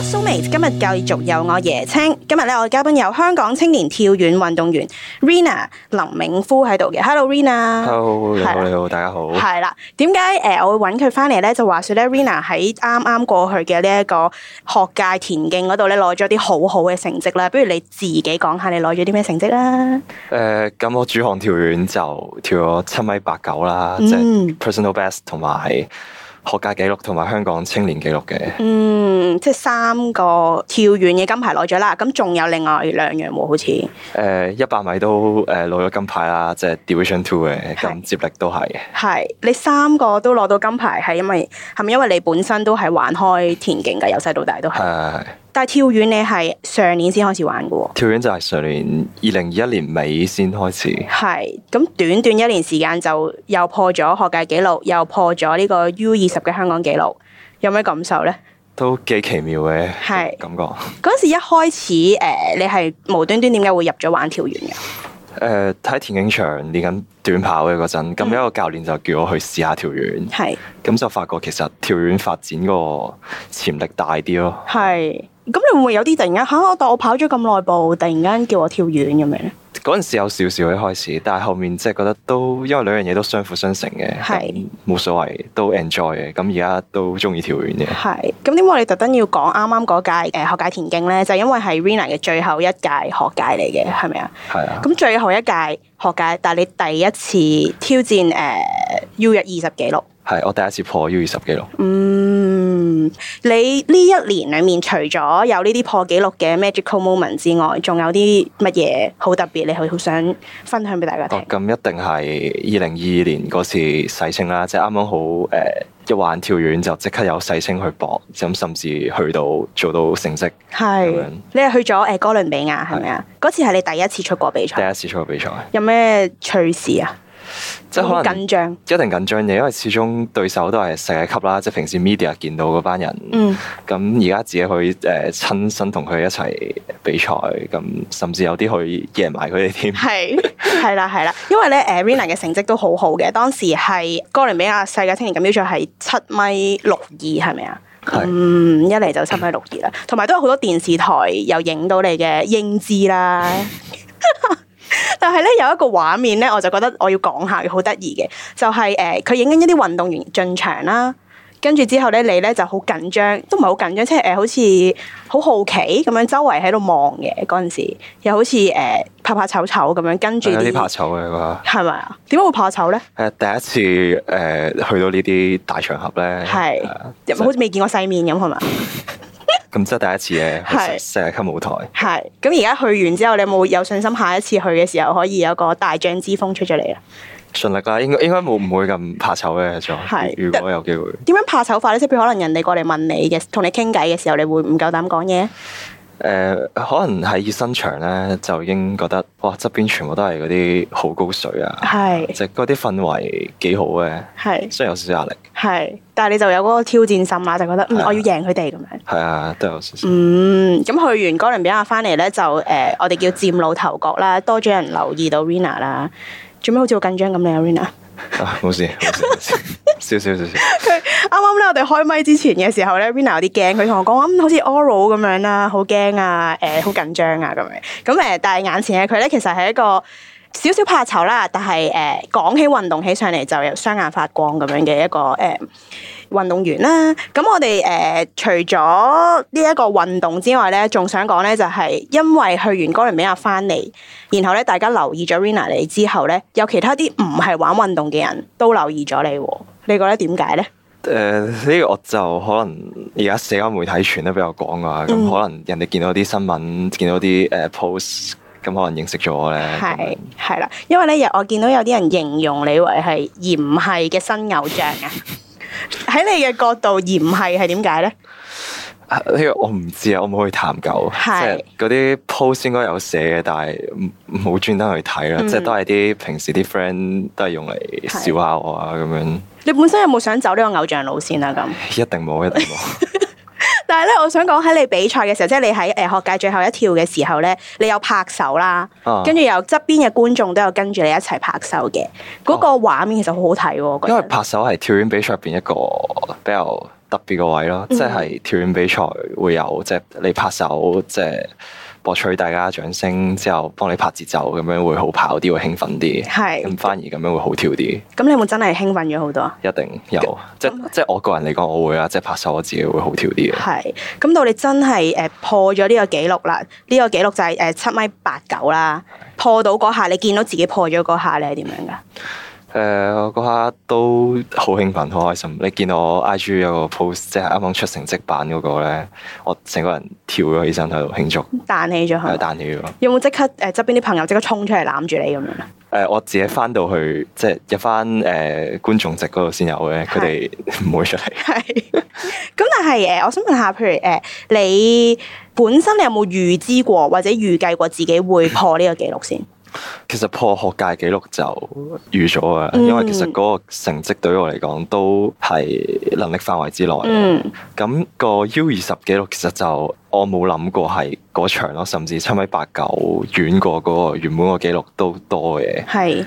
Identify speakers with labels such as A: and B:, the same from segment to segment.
A: 日繼續有我椰青，今日咧我嘅嘉賓有香港青年跳遠運動員 Rina 林銘孚喺度嘅，Hello Rina。
B: Hello，你
A: 係
B: 好，
A: 啦
B: 你好，大家好。
A: 係啦，點解誒我會揾佢翻嚟咧？就話說咧，Rina 喺啱啱過去嘅呢一個學界田徑嗰度咧，攞咗啲好好嘅成績啦。不如你自己講下你攞咗啲咩成績啦？
B: 誒，咁我主項跳遠就跳咗七米八九啦，即
A: 嗯
B: 係 personal best 同埋學界紀錄同埋香港青年紀錄嘅。
A: 嗯，即係三個跳遠嘅金牌攞咗啦，咁仲有另外兩樣喎，好似。
B: 誒，一百米都誒攞咗金牌啦，即係 Division Two 嘅，
A: 係
B: 咁接力都係。
A: 係，你三個都攞到金牌，係因為係咪因為你本身都係玩開田徑㗎？由細到大都係。
B: 誒，
A: 但係跳遠你係上年先開始玩嘅喎。
B: 跳遠就係上年二零二一年尾先開始。
A: 係，咁短短一年時間就又破咗學界紀錄，又破咗呢個 U 二十嘅香港紀錄，有咩感受呢？
B: 都幾奇妙嘅
A: 係
B: 感覺。
A: 嗰陣時一開始誒、呃你係無端端點解會入咗玩跳遠嘅？
B: 誒，喺田徑場練緊短跑嘅嗰陣，咁
A: 嗯
B: 有一個教練就叫我去試下跳遠。
A: 係
B: 咁就發覺其實跳遠發展個潛力大啲咯。
A: 係，咁你會唔會有啲突然間嚇、我當我跑咗咁耐步，突然間叫我跳遠咁樣咧？
B: 嗰陣時有少少一開始，但係後面即係覺得都因為兩樣嘢都相輔相成嘅，
A: 係
B: 咁冇所謂，都 enjoy 嘅。咁而家都中意跳遠嘅。
A: 係，咁點解我哋特登要講啱啱嗰屆誒學界田徑咧？就係因為係 Rina 嘅最後一屆學界嚟嘅，係咪啊？
B: 係啊，
A: 咁最後一屆學界，但係你第一次挑戰誒、U 一二十紀錄，
B: 係我第一次破 U 二十紀錄。
A: 嗯，你呢一年裡面除咗有呢啲破紀錄嘅 magical moment 之外，仲有啲乜嘢好特別？你好好想分享俾大家聽
B: 哦，？咁一定係二零二二年嗰次世青啦，即係啱啱好誒、呃一玩跳遠就即刻有世青去搏，咁甚至去到做到成績，咁
A: 係
B: 樣，
A: 你係去咗誒哥倫比亞係咪啊？嗰次係你第一次出國比
B: 第
A: 賽，
B: 一次出去比賽，
A: 有咩趣事啊？
B: 即係
A: 好
B: 可能
A: 緊張，
B: 一定緊張嘅，因為始終對手都係世界級啦，即係平時 media 見到嗰班人。
A: 嗯。
B: 咁而家自己去誒、呃、親身同佢一齊比賽，咁甚至有啲去贏埋佢 哋添。
A: 係係啦係啦，因為咧誒 Rina 嘅成績都好好嘅，當時係哥倫比亞世界青年錦標賽係七米六二係咪啊？
B: 係
A: 嗯，一嚟就七米六二啦，同埋都有好多電視台有影到你嘅英姿啦。 但係咧有一個畫面咧，我就覺得我要講下嘅，好得意嘅，就係誒佢影緊一啲運動員進場啦，跟住之後咧你咧就好緊張，都唔係好緊張，即係誒呃好似好好奇咁樣周圍喺度望嘅嗰陣時，又好似誒、呃怕怕醜醜咁樣跟住
B: 有啲怕
A: 啲
B: 醜嘅啩。
A: 係咪啊？點解會怕醜咧？
B: 誒啊第一次誒、呃去到呢啲大場合咧，
A: 係
B: 係啊即
A: 好
B: 係
A: 似未見過世面咁係咪？
B: 咁即係第一次嘅
A: 係
B: 去世界級舞台。
A: 係，咁而家去完之後，你有冇有信心下一次去嘅時候可以有個大將之風吹咗嚟啊？
B: 盡力啦，應該應該冇唔會咁怕醜嘅
A: 係
B: 再。如果有機會，誒、
A: 點樣怕醜法咧？即係譬如可能人哋過嚟問你嘅，同你傾偈嘅時候，你會唔夠膽講嘢？
B: 呃可能喺熱身場咧，就已經覺得哇，側邊全部都係嗰啲好高水啊，
A: 係
B: 即係嗰啲氛圍幾好嘅，
A: 係
B: 雖然有少少壓力，
A: 係，但係你就有嗰個挑戰心啦，就覺得嗯，
B: 係啊
A: 我要贏佢哋咁樣。
B: 係啊，都有少少。
A: 嗯，咁去完哥倫比亞翻嚟咧，就誒、呃我哋叫佔路頭角啦，多咗人留意到 Rina 啦。做咩好似好緊張咁你啊，Rina？
B: 啊，冇事，冇事，冇事少少少少。
A: 啱啱咧，我哋開咪之前嘅時候咧，Rina 有啲驚，佢同我講，嗯，好似 oral 咁樣啦，好驚啊，誒、好緊張啊，咁樣。咁誒、但係眼前嘅佢咧，其實係一個少少怕醜啦，但係誒、講起運動起上嚟就有雙眼發光咁樣嘅一個誒、運動員啦。咁我哋誒、除咗呢一個運動之外咧，仲想講咧就係、因為去完哥倫比亞翻嚟，然後咧大家留意咗 Rina 你之後咧，有其他啲唔係玩運動嘅人都留意咗你喎，你覺得點解咧？
B: 誒呢個我就可能而家社交媒體傳得比較廣啊，咁、
A: 嗯
B: 可能人哋見到啲新聞，見到啲誒 post，咁可能認識咗我咧。咁
A: 係
B: 樣
A: 係啦，因為咧，有我見到有啲人形容你為係鹽係嘅新偶像 啊。喺你嘅角度，鹽係係點解咧？
B: 啊呢個我唔知啊，我冇去探究，即
A: 係
B: 係嗰啲 post 應該有寫嘅，但係唔冇專登去睇啦，
A: 嗯
B: 即係都係啲平時啲 friend 都係用嚟笑下我啊咁樣，
A: 你本身有冇想走呢個偶像路線啊？咁，
B: 一定冇，一定冇，
A: 但係咧，我想講喺你比賽嘅時候，即係你喺誒學界最後一跳嘅時候咧，你有拍手啦，
B: 啊
A: 跟住有側邊嘅觀眾都有跟住你一齊拍手
B: 啊
A: 嘅，嗰、個畫面其實好好睇喎，我覺
B: 因為
A: 得
B: 拍手係跳遠比賽入邊一個比較特別個位咯，即係跳遠比賽會有即係你拍手，即係博取大家掌聲之後，幫你拍節奏咁樣會好跑啲，會興奮啲。
A: 係
B: 咁反而咁樣會好跳啲，
A: 咁你有冇真係興奮咗好多啊？
B: 一定有。即即係我個人嚟講，我會啊，即係拍手我自己會好跳啲嘅。
A: 係，咁到你真係誒、呃破咗呢個紀錄啦，呢、個紀錄就係誒七米八九啦，破到嗰下，你見到自己破咗嗰下，你係點樣噶？
B: 誒、我呃嗰下都好興奮，好開心。你見我 IG 有個 post，即係啱啱出成績版嗰個咧，我成個人跳咗起身喺度慶祝，
A: 彈起咗
B: 係
A: 係咪？
B: 彈起咗。
A: 有冇即刻誒側邊啲朋友即刻衝出嚟攬住你咁樣啊？
B: 誒、呃我自己翻到去，即係入翻誒、觀眾席嗰度先有嘅，佢哋唔 會出嚟。
A: 係，咁但係誒、呃我想問下，譬如誒、呃你本身你有冇預知過或者預計過自己會破呢個紀錄先？
B: 其實破學界紀錄就預咗啊，
A: 嗯
B: 因為其實嗰個成績對於我嚟講都係能力範圍之內嘅。
A: 嗯，
B: 咁個 U 二十紀錄其實就我冇諗過係嗰場咯，甚至七米八九遠過嗰個原本個紀錄都多嘅。呢、
A: 係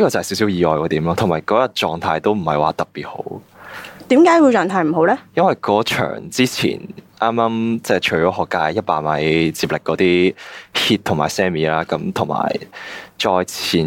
B: 個就係少少意外嗰點咯，同埋嗰日狀態都唔係話特別好，
A: 點解會狀態唔好咧？
B: 因為嗰場之前啱啱即係除咗學界一百米接力嗰啲 hit 同埋 semi 啦，咁同埋再前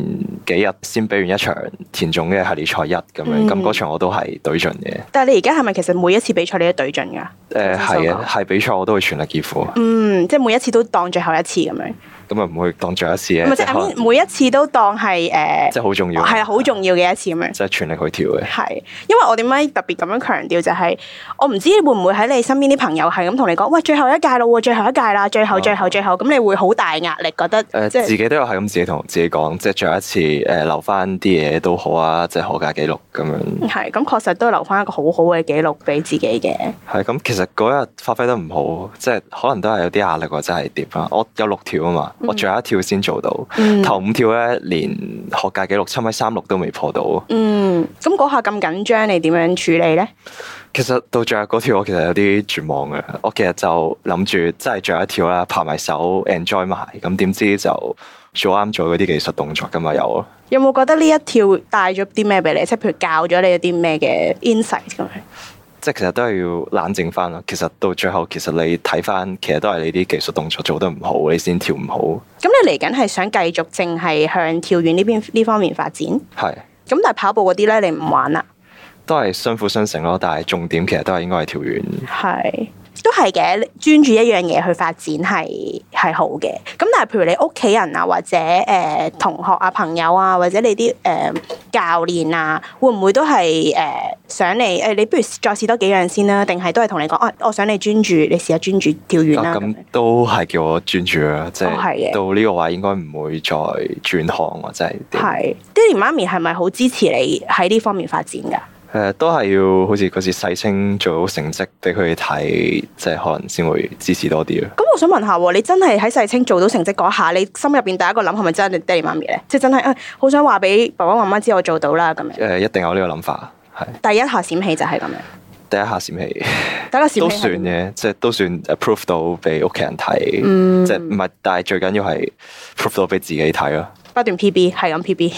B: 幾日先比完一場田總嘅系列賽一咁樣，
A: 嗯
B: 咁嗰、場我都係對盡嘅。呃
A: 但係你而家係咪其實每一次比賽你都對準㗎？
B: 誒
A: 真心
B: 係啊
A: 講
B: 嘅，係比賽我都會全力以赴。啊
A: 嗯，即係每一次都當最後一次咁樣，唔
B: 咁啊唔會當最後一次嘅，
A: 係即
B: 即係可能
A: 係每一次都當係誒
B: 即，係好重要，啊
A: 係啊好，重要嘅一次咁樣。
B: 即係全力去跳嘅。
A: 係，因為我點解特別咁樣強調就係、我唔知會唔會喺你身邊啲朋友係咁同你講，喂，最後一屆咯喎，最後一屆啦，最後
B: 哦
A: 最後最後，咁你會好大壓力，覺得
B: 誒、
A: 即
B: 呃自
A: 係
B: 己都有係咁自己同自己講，即係最後一次誒、留翻啲嘢都好啊，即係學界記錄咁樣。
A: 係咁，確實都留翻一個好好嘅記錄俾自己嘅。
B: 係咁，其實嗰日發揮得唔好，即係可能都係有啲壓力或者係點啦。我有六跳啊嘛，我最後一跳先做到，
A: 嗯
B: 頭五跳咧連學界記錄七米三六都未破到。
A: 嗯，咁嗰下咁緊張，你點樣處理咧？
B: 其實到最後嗰跳，我其實有啲絕望嘅。我其實就諗住真係最後一跳啦，拍埋手 enjoy 埋，咁點知就做啱咗嗰啲技術動作噶嘛，有。
A: 有冇覺得呢一跳帶咗啲咩俾你？即係譬如教咗你一啲咩嘅 insight 咁樣？
B: 即係其實都係要冷靜翻咯。其實到最後，其實你睇翻，其實都係你啲技術動作做得唔好，你先跳唔
A: 咁你嚟緊係想繼續淨係向跳遠呢邊呢方面發展？咁
B: 好，係
A: 但係跑步嗰啲咧，你唔玩啦。
B: 都係相輔相成咯。但係重點其實都係應該係跳遠。
A: 係，都係嘅。專注一樣嘢去發展係係好嘅。咁但係譬如你屋企人啊，或者誒、呃同學啊、朋友啊，或者你啲誒、呃教練啊，會唔會都係誒、呃想你誒、呃你不如再試多幾樣先啦？定係都係同你講，啊，我想你專注，你試下專注跳遠啦。
B: 啊
A: 咁樣
B: 咁都係叫我專注啦，即
A: 哦係嘅
B: 係到呢個位應該唔會再轉行或者係點。
A: 係，爹哋媽咪係咪好支持你喺呢方面發展㗎？
B: 誒、都係要好似嗰次細星做好成績俾佢哋睇，即係可能先會支持多啲咯。
A: 咁我想問下喎，你真係喺世青做到成績嗰下，你心入邊第一個諗係咪真係你爹哋媽咪咧？即係真係，啊好、想話俾爸爸媽媽知我做到啦咁樣。
B: 誒、一定有呢個諗法，係
A: 第一下閃氣就係咁樣，
B: 第一下閃起。
A: 第一個閃氣
B: 都
A: 係
B: 算嘅，即係都算 approve 到俾屋企人睇，
A: 嗯
B: 即係唔係？但係最緊要係 prove 到俾自己睇咯，
A: 不斷 PB，係咁 PB。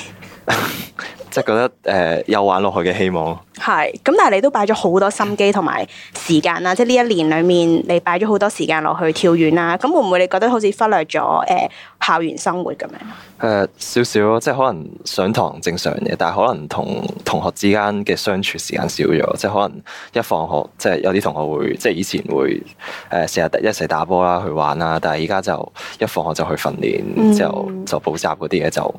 B: 即係覺得誒、呃有玩落去嘅希望。
A: 係，咁但係你都擺咗好多心機同埋時間啦，即係呢一年裡面你擺咗好多時間落去跳遠啦，咁會唔會你覺得好似忽略咗誒、呃校園生活咁樣？
B: 誒呃少少咯，即係可能上堂正常嘅，但係可能同同學之間嘅相處時間少咗，即係可能一放學，即係有啲同學會，即係以前會誒成日一齊打波啦，去玩啦，但係而家就一放學就去訓練，之後就補習嗰啲嘢就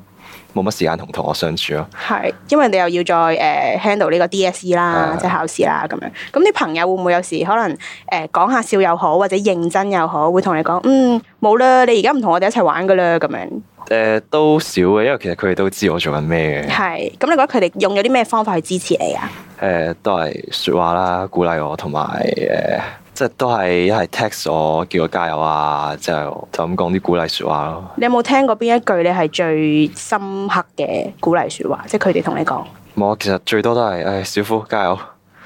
B: 冇乜時間同同學相處咯。
A: 係，因為你又要再誒、呃 handle 呢個 DSE 啦，
B: 係
A: 即係考試啦咁樣。咁啲朋友會唔會有時可能誒、呃、講下笑又好，或者認真又好，會同你講嗯冇啦，你而家唔同我哋一齊玩噶啦咁樣。
B: 誒、呃都少嘅，因為其實佢哋都知我做緊咩嘅。誒、
A: 係，咁你覺得佢哋用咗啲咩方法去支持你啊？
B: 呃都係説話啦，鼓勵我，同埋誒，即係都係一係 text 我，叫我加油啊，之後就咁講啲鼓勵説話咯。
A: 你有冇聽過邊一句你係最深刻嘅鼓勵説話？即係佢哋同你講，
B: 我其實最多都係誒小夫加油，嗯
A: 哦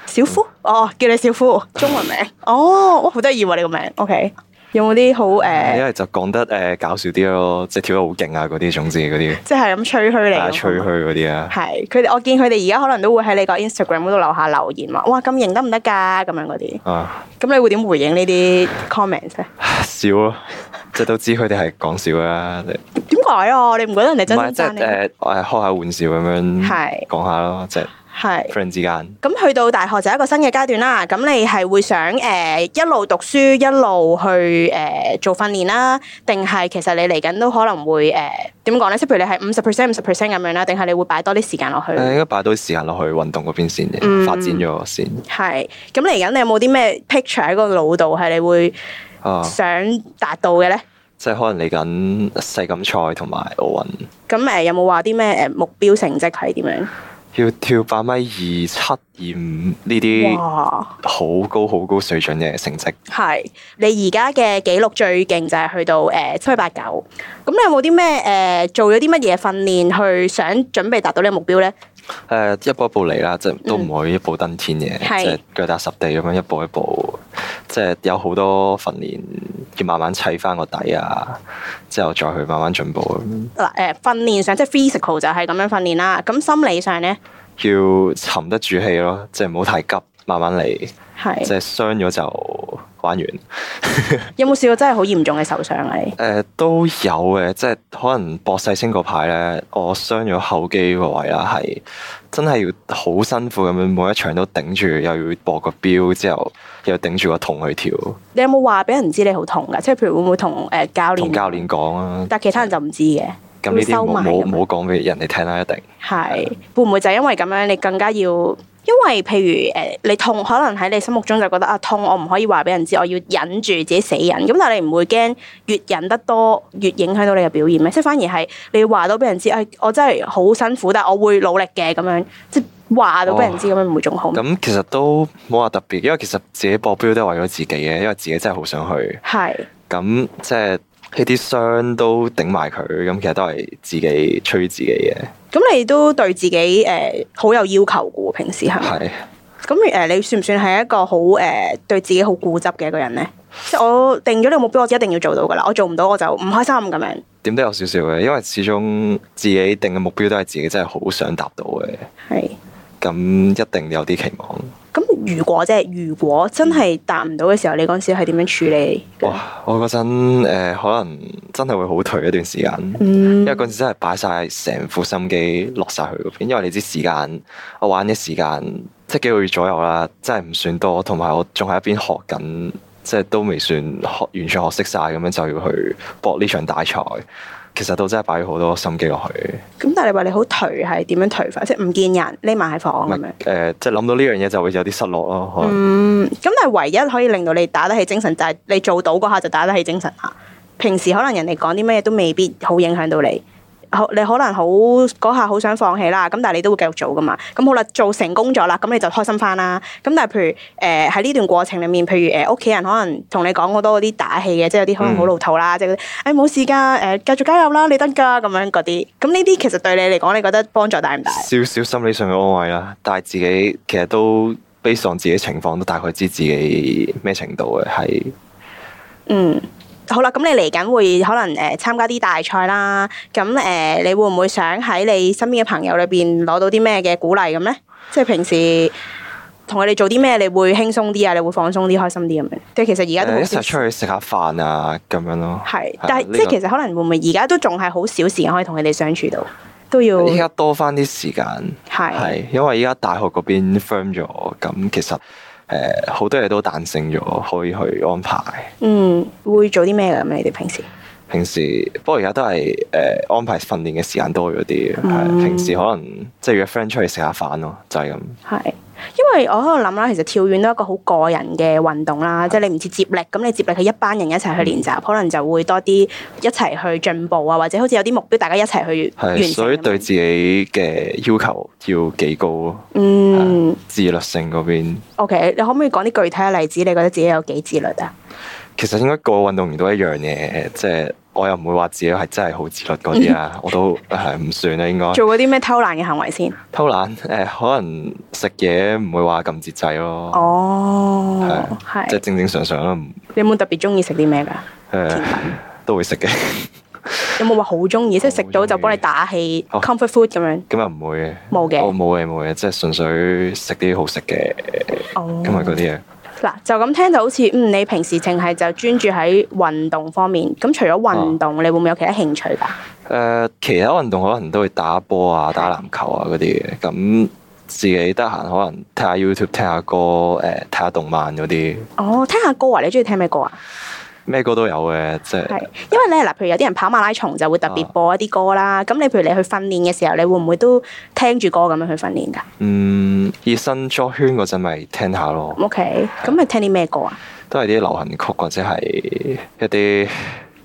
A: 小夫，哦，叫你小夫，中文名，哦，哇，好得意喎你個名，OK，有冇啲好呃
B: 一
A: 誒，
B: 係就啊講得誒搞笑啲咯，即係跳得好勁啊嗰啲，總之嗰啲
A: 即係咁吹噓你
B: 啊
A: 咁？
B: 吹噓嗰啲啊，
A: 係佢哋，我見佢哋而家可能都會喺你個 Instagram 嗰度留下留言話：哇，咁型得唔得㗎？咁樣嗰啲，
B: 啊
A: 咁你會點回應呢啲 comment 咧？
B: 笑咯，即係都知佢哋係講笑啦，唔
A: 點解啊？你唔覺得人哋真
B: 係
A: 心
B: 即
A: 讚
B: 係
A: 你咩？
B: 誒誒開下玩笑咁樣
A: 係
B: 講下咯，即係
A: 係。
B: friend 之間。
A: 咁去到大學就一個新嘅階段啦。咁你係會想誒、呃一路讀書一路去誒、呃做訓練啦，定係其實你嚟緊都可能會誒點講咧？即係譬如你係五十 percent 五十 percent 咁樣啦，定係你會擺多啲時間落去？
B: 誒應該擺多啲時間落去運動嗰邊先嘅，
A: 嗯
B: 發展咗先
A: 係咁嚟緊，你有冇啲咩 picture 喺個腦度係你會
B: 啊，
A: 想達到嘅咧？
B: 即係可能嚟緊世錦賽同埋奧運
A: 咁誒有冇話啲咩誒目標成績係點樣？
B: 要跳八米二七二五呢啲
A: 哇！
B: 好高好高水準嘅成績。
A: 係你而家嘅紀錄最勁就係去到誒七八九，咁你有冇啲咩誒做咗啲乜嘢訓練去想準備達到呢個目標咧？
B: 誒、呃一步一步嚟啦，即係都唔可以一步登天嘅，
A: 嗯係
B: 即係腳踏實地咁樣一步一步，即係有好多訓練要慢慢砌翻個底啊，之後再去慢慢進步咁樣。
A: 嗱誒訓練上即係 physical 就係咁樣訓練啦，咁心理上咧
B: 要沉得住氣咯，即係唔好太急，慢慢嚟，即
A: 係
B: 係傷咗就玩完。
A: 有冇試過真係好嚴重嘅受傷啊？你
B: 誒、呃都有嘅，即係可能博世青嗰排咧，我傷咗後肌個位啦，係真係要好辛苦咁樣，每一場都頂住，又要搏個標，之後又要頂住個痛去跳，
A: 你有冇話俾人知你好痛㗎？即係譬如會唔會同誒教練
B: 同教練講啊。
A: 但其他人就唔知嘅，
B: 咁呢啲
A: 收
B: 冇
A: 埋
B: 冇
A: 咁樣
B: 冇講俾人哋聽啦，一定
A: 係會唔會就係因為咁樣你更加要？因為譬如誒、呃你痛可能喺你心目中就覺得啊痛，我唔可以話俾人知，我要忍住自己死忍。咁但係你唔會驚越忍得多越影響到你嘅表現咩？即係反而係你要話到俾人知，誒、哎、我真係好辛苦，但係我會努力嘅咁樣，即係話到俾人知咁樣唔會仲好咩。
B: 咁其實都冇話特別，因為其實自己搏標都係為咗自己嘅，因為自己真係好想去。
A: 係
B: 咁即係呢啲傷都頂埋佢，咁其實都係自己催自己嘅，
A: 咁你都對自己誒、呃好有要求嘅喎，平時係咪？
B: 係。
A: 咁誒、呃你算唔算係一個好誒、呃、對自己好固執嘅一個人咧？即係我定咗呢個目標，我一定要做到噶啦。我做唔到我就唔開心咁樣。
B: 點都有少少嘅，因為始終自己定嘅目標都係自己真係好想達到嘅，
A: 係。
B: 咁一定有啲期望。
A: 咁如果即係如果真係達唔到嘅時候，你嗰陣時係點樣處理嘅？
B: 嗯哇！我嗰陣誒可能真係會好頹一段時間，因
A: 嗯
B: 為嗰陣時真係擺晒成副心機落晒去嗰邊，因為你知時間我玩嘅時間即係幾個月左右啦，真係唔算多，同埋我仲喺一邊學緊，即係都未算學完全學識晒咁樣就要去搏呢場大賽，其實都真係擺咗好多心機落去。
A: 咁但係你話你好頹係點樣頹法？即係唔見人，匿埋喺房
B: 咪
A: 咁樣。
B: 誒、呃即係諗到呢樣嘢就會有啲失落咯，可能
A: 嗯，咁但係唯一可以令到你打得起精神，就係你做到嗰下就打得起精神嚇。平時可能人哋講啲咩都未必好影響到你，好你可能好嗰下好想放棄啦，咁但係你都會繼續做噶嘛。咁好啦，做成功咗啦，咁你就開心翻啦。咁但係譬如誒喺呢段過程裡面，譬如誒屋企人可能同你講好多嗰啲打氣嘅，即係有啲可能好老土啦，即係嗰啲誒冇事㗎，誒、繼續加油啦，你得㗎咁樣嗰啲。咁呢啲其實對你嚟講，你覺得幫助大唔大？
B: 少少心理上嘅安慰啦。但係自己其實都 base on 自己情況，都大概知自己咩程度嘅係
A: 嗯，好啦，咁你嚟緊會可能誒、呃、參加啲大賽啦，咁誒、呃你會唔會想喺你身邊嘅朋友裏邊攞到啲咩嘅鼓勵咁咧？即係平時同佢哋做啲咩，你會輕鬆啲啊，你會放鬆啲、開心啲咁樣。即係其實而家都好
B: 誒呃一
A: 少
B: 齊出去食下飯啊咁樣咯。
A: 係，但係
B: 呢
A: 即係
B: 個
A: 其實可能會唔會而家都仲係好少時間可以同佢哋相處到，都要
B: 依家多翻啲時間
A: 係
B: 係，因為依家大學嗰邊 firm 咗，咁其實誒好、多嘢都彈性咗，可以去安排。
A: 嗯會做啲咩㗎咁？你哋平時
B: 平時不過而家都係誒、呃安排訓練嘅時間多咗啲，係、
A: 嗯
B: 平時可能即係約 friend 出去食下飯咯，就係、咁。
A: 係。因為我喺度諗啦，其實跳遠都係一個好個人嘅運動啦，
B: 啊
A: 即係你唔似接力，咁你接力係一班人一齊去練習，可能就會多啲一齊去進步啊，或者好似有啲目標大家一齊去完
B: 係，
A: 成。
B: 所以對自己嘅要求要幾高咯，啊
A: 嗯
B: 自律性嗰邊
A: ，OK，你可唔可以講啲具體嘅例子？你覺得自己有幾自律啊？
B: 其實應該個個運動員都一樣嘅，即係我又唔會話自己係真係好自律嗰 啲啊，我都係唔算啊啦，應該
A: 做過啲咩偷懶嘅行為先？
B: 偷懶誒、可能食嘢唔會話咁節制咯，
A: 哦，
B: 即係
A: 係。
B: 正正常常啦，唔
A: 你有冇特別中意食啲咩㗎？
B: 誒、 都會食嘅，
A: 有冇話好中意？即係食到就幫你打氣，comfort food 咁樣。
B: 咁又唔會嘅，
A: 冇嘅
B: 我冇嘅冇嘅，即係純粹食啲好食嘅，
A: 哦
B: 咁啊嗰啲嘢。
A: 嗱，就咁聽就好似嗯，你平時淨係就專注喺運動方面。咁除咗運動，你會唔會有其他興趣㗎？
B: 誒、其他呃運動可能都會打波啊、打籃球啊嗰啲嘅，咁自己得閒可能睇下 YouTube、聽下歌、誒睇下動漫嗰啲，
A: 哦，聽下歌啊！你中意聽咩歌啊？
B: 咩歌都有嘅，即
A: 係
B: 係，
A: 因為咧嗱，譬如有啲人跑馬拉松就會特別播一啲歌啦。咁你譬如你去訓練嘅時候，你會唔會都聽住歌咁樣去訓練㗎
B: 嗯熱身 j 圈嗰陣咪聽下咯，
A: ？OK，咁你聽啲咩歌啊？
B: 都係啲流行曲或者係一啲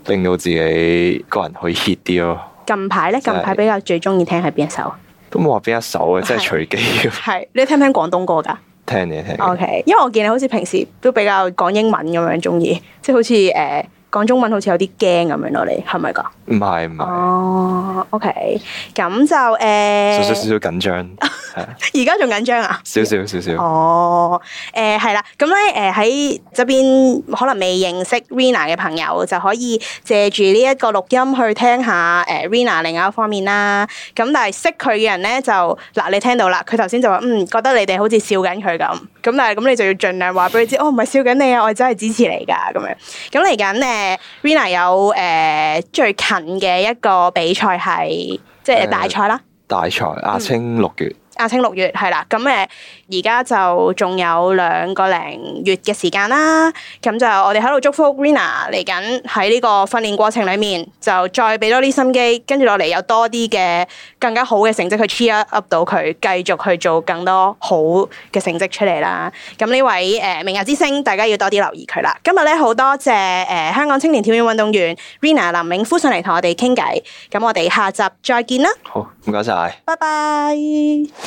B: 令到自己個人可以 hit 啲咯，
A: 近排咧，近
B: 係
A: 排比較最中意聽係邊一首？
B: 都冇話邊一首嘅，即係隨機
A: 係你聽唔聽廣東歌㗎
B: 聽嘢聽嘅。
A: ？OK，因為我見你好似平時都比較講英文咁樣中意，即係好似誒、呃、講中文好似有啲驚咁樣咯，你係咪㗎？
B: 唔係唔係，
A: 哦，OK，咁就誒，
B: 少少
A: 呃
B: 少少緊張，係啊
A: 而家仲緊張啊？
B: 少少少少。
A: 哦，誒係啦，咁咧誒喺側邊可能未認識 Rina 嘅朋友就可以借住呢一個錄音去聽下誒、呃 Rina 另外一方面啦。咁但係識佢嘅人咧就嗱，你聽到啦，佢頭先就話嗯覺得你哋好似笑緊佢咁，咁但係咁你就要盡量話俾佢知，哦唔係笑緊你啊，我係真係支持你㗎咁樣。咁嚟緊誒 Rina 有誒、呃最近嘅一個比賽係即係
B: 誒
A: 大賽啦。
B: 大賽亞青六月，
A: 亞青六月係啦，咁誒而家就仲有兩個零月嘅時間啦，咁就我哋喺度祝福 Rina 嚟緊喺呢個訓練過程裡面，就再俾多啲心機，跟住落嚟有多啲嘅更加好嘅成績去 cheer up 到佢，繼續去做更多好嘅成績出嚟啦。咁呢位誒、呃明日之星，大家要多啲留意佢啦。今日咧好多謝誒、呃香港青年跳遠運動員 Rina 林永夫上嚟同我哋傾偈，咁我哋下集再見啦，
B: 好唔該晒。
A: 拜拜。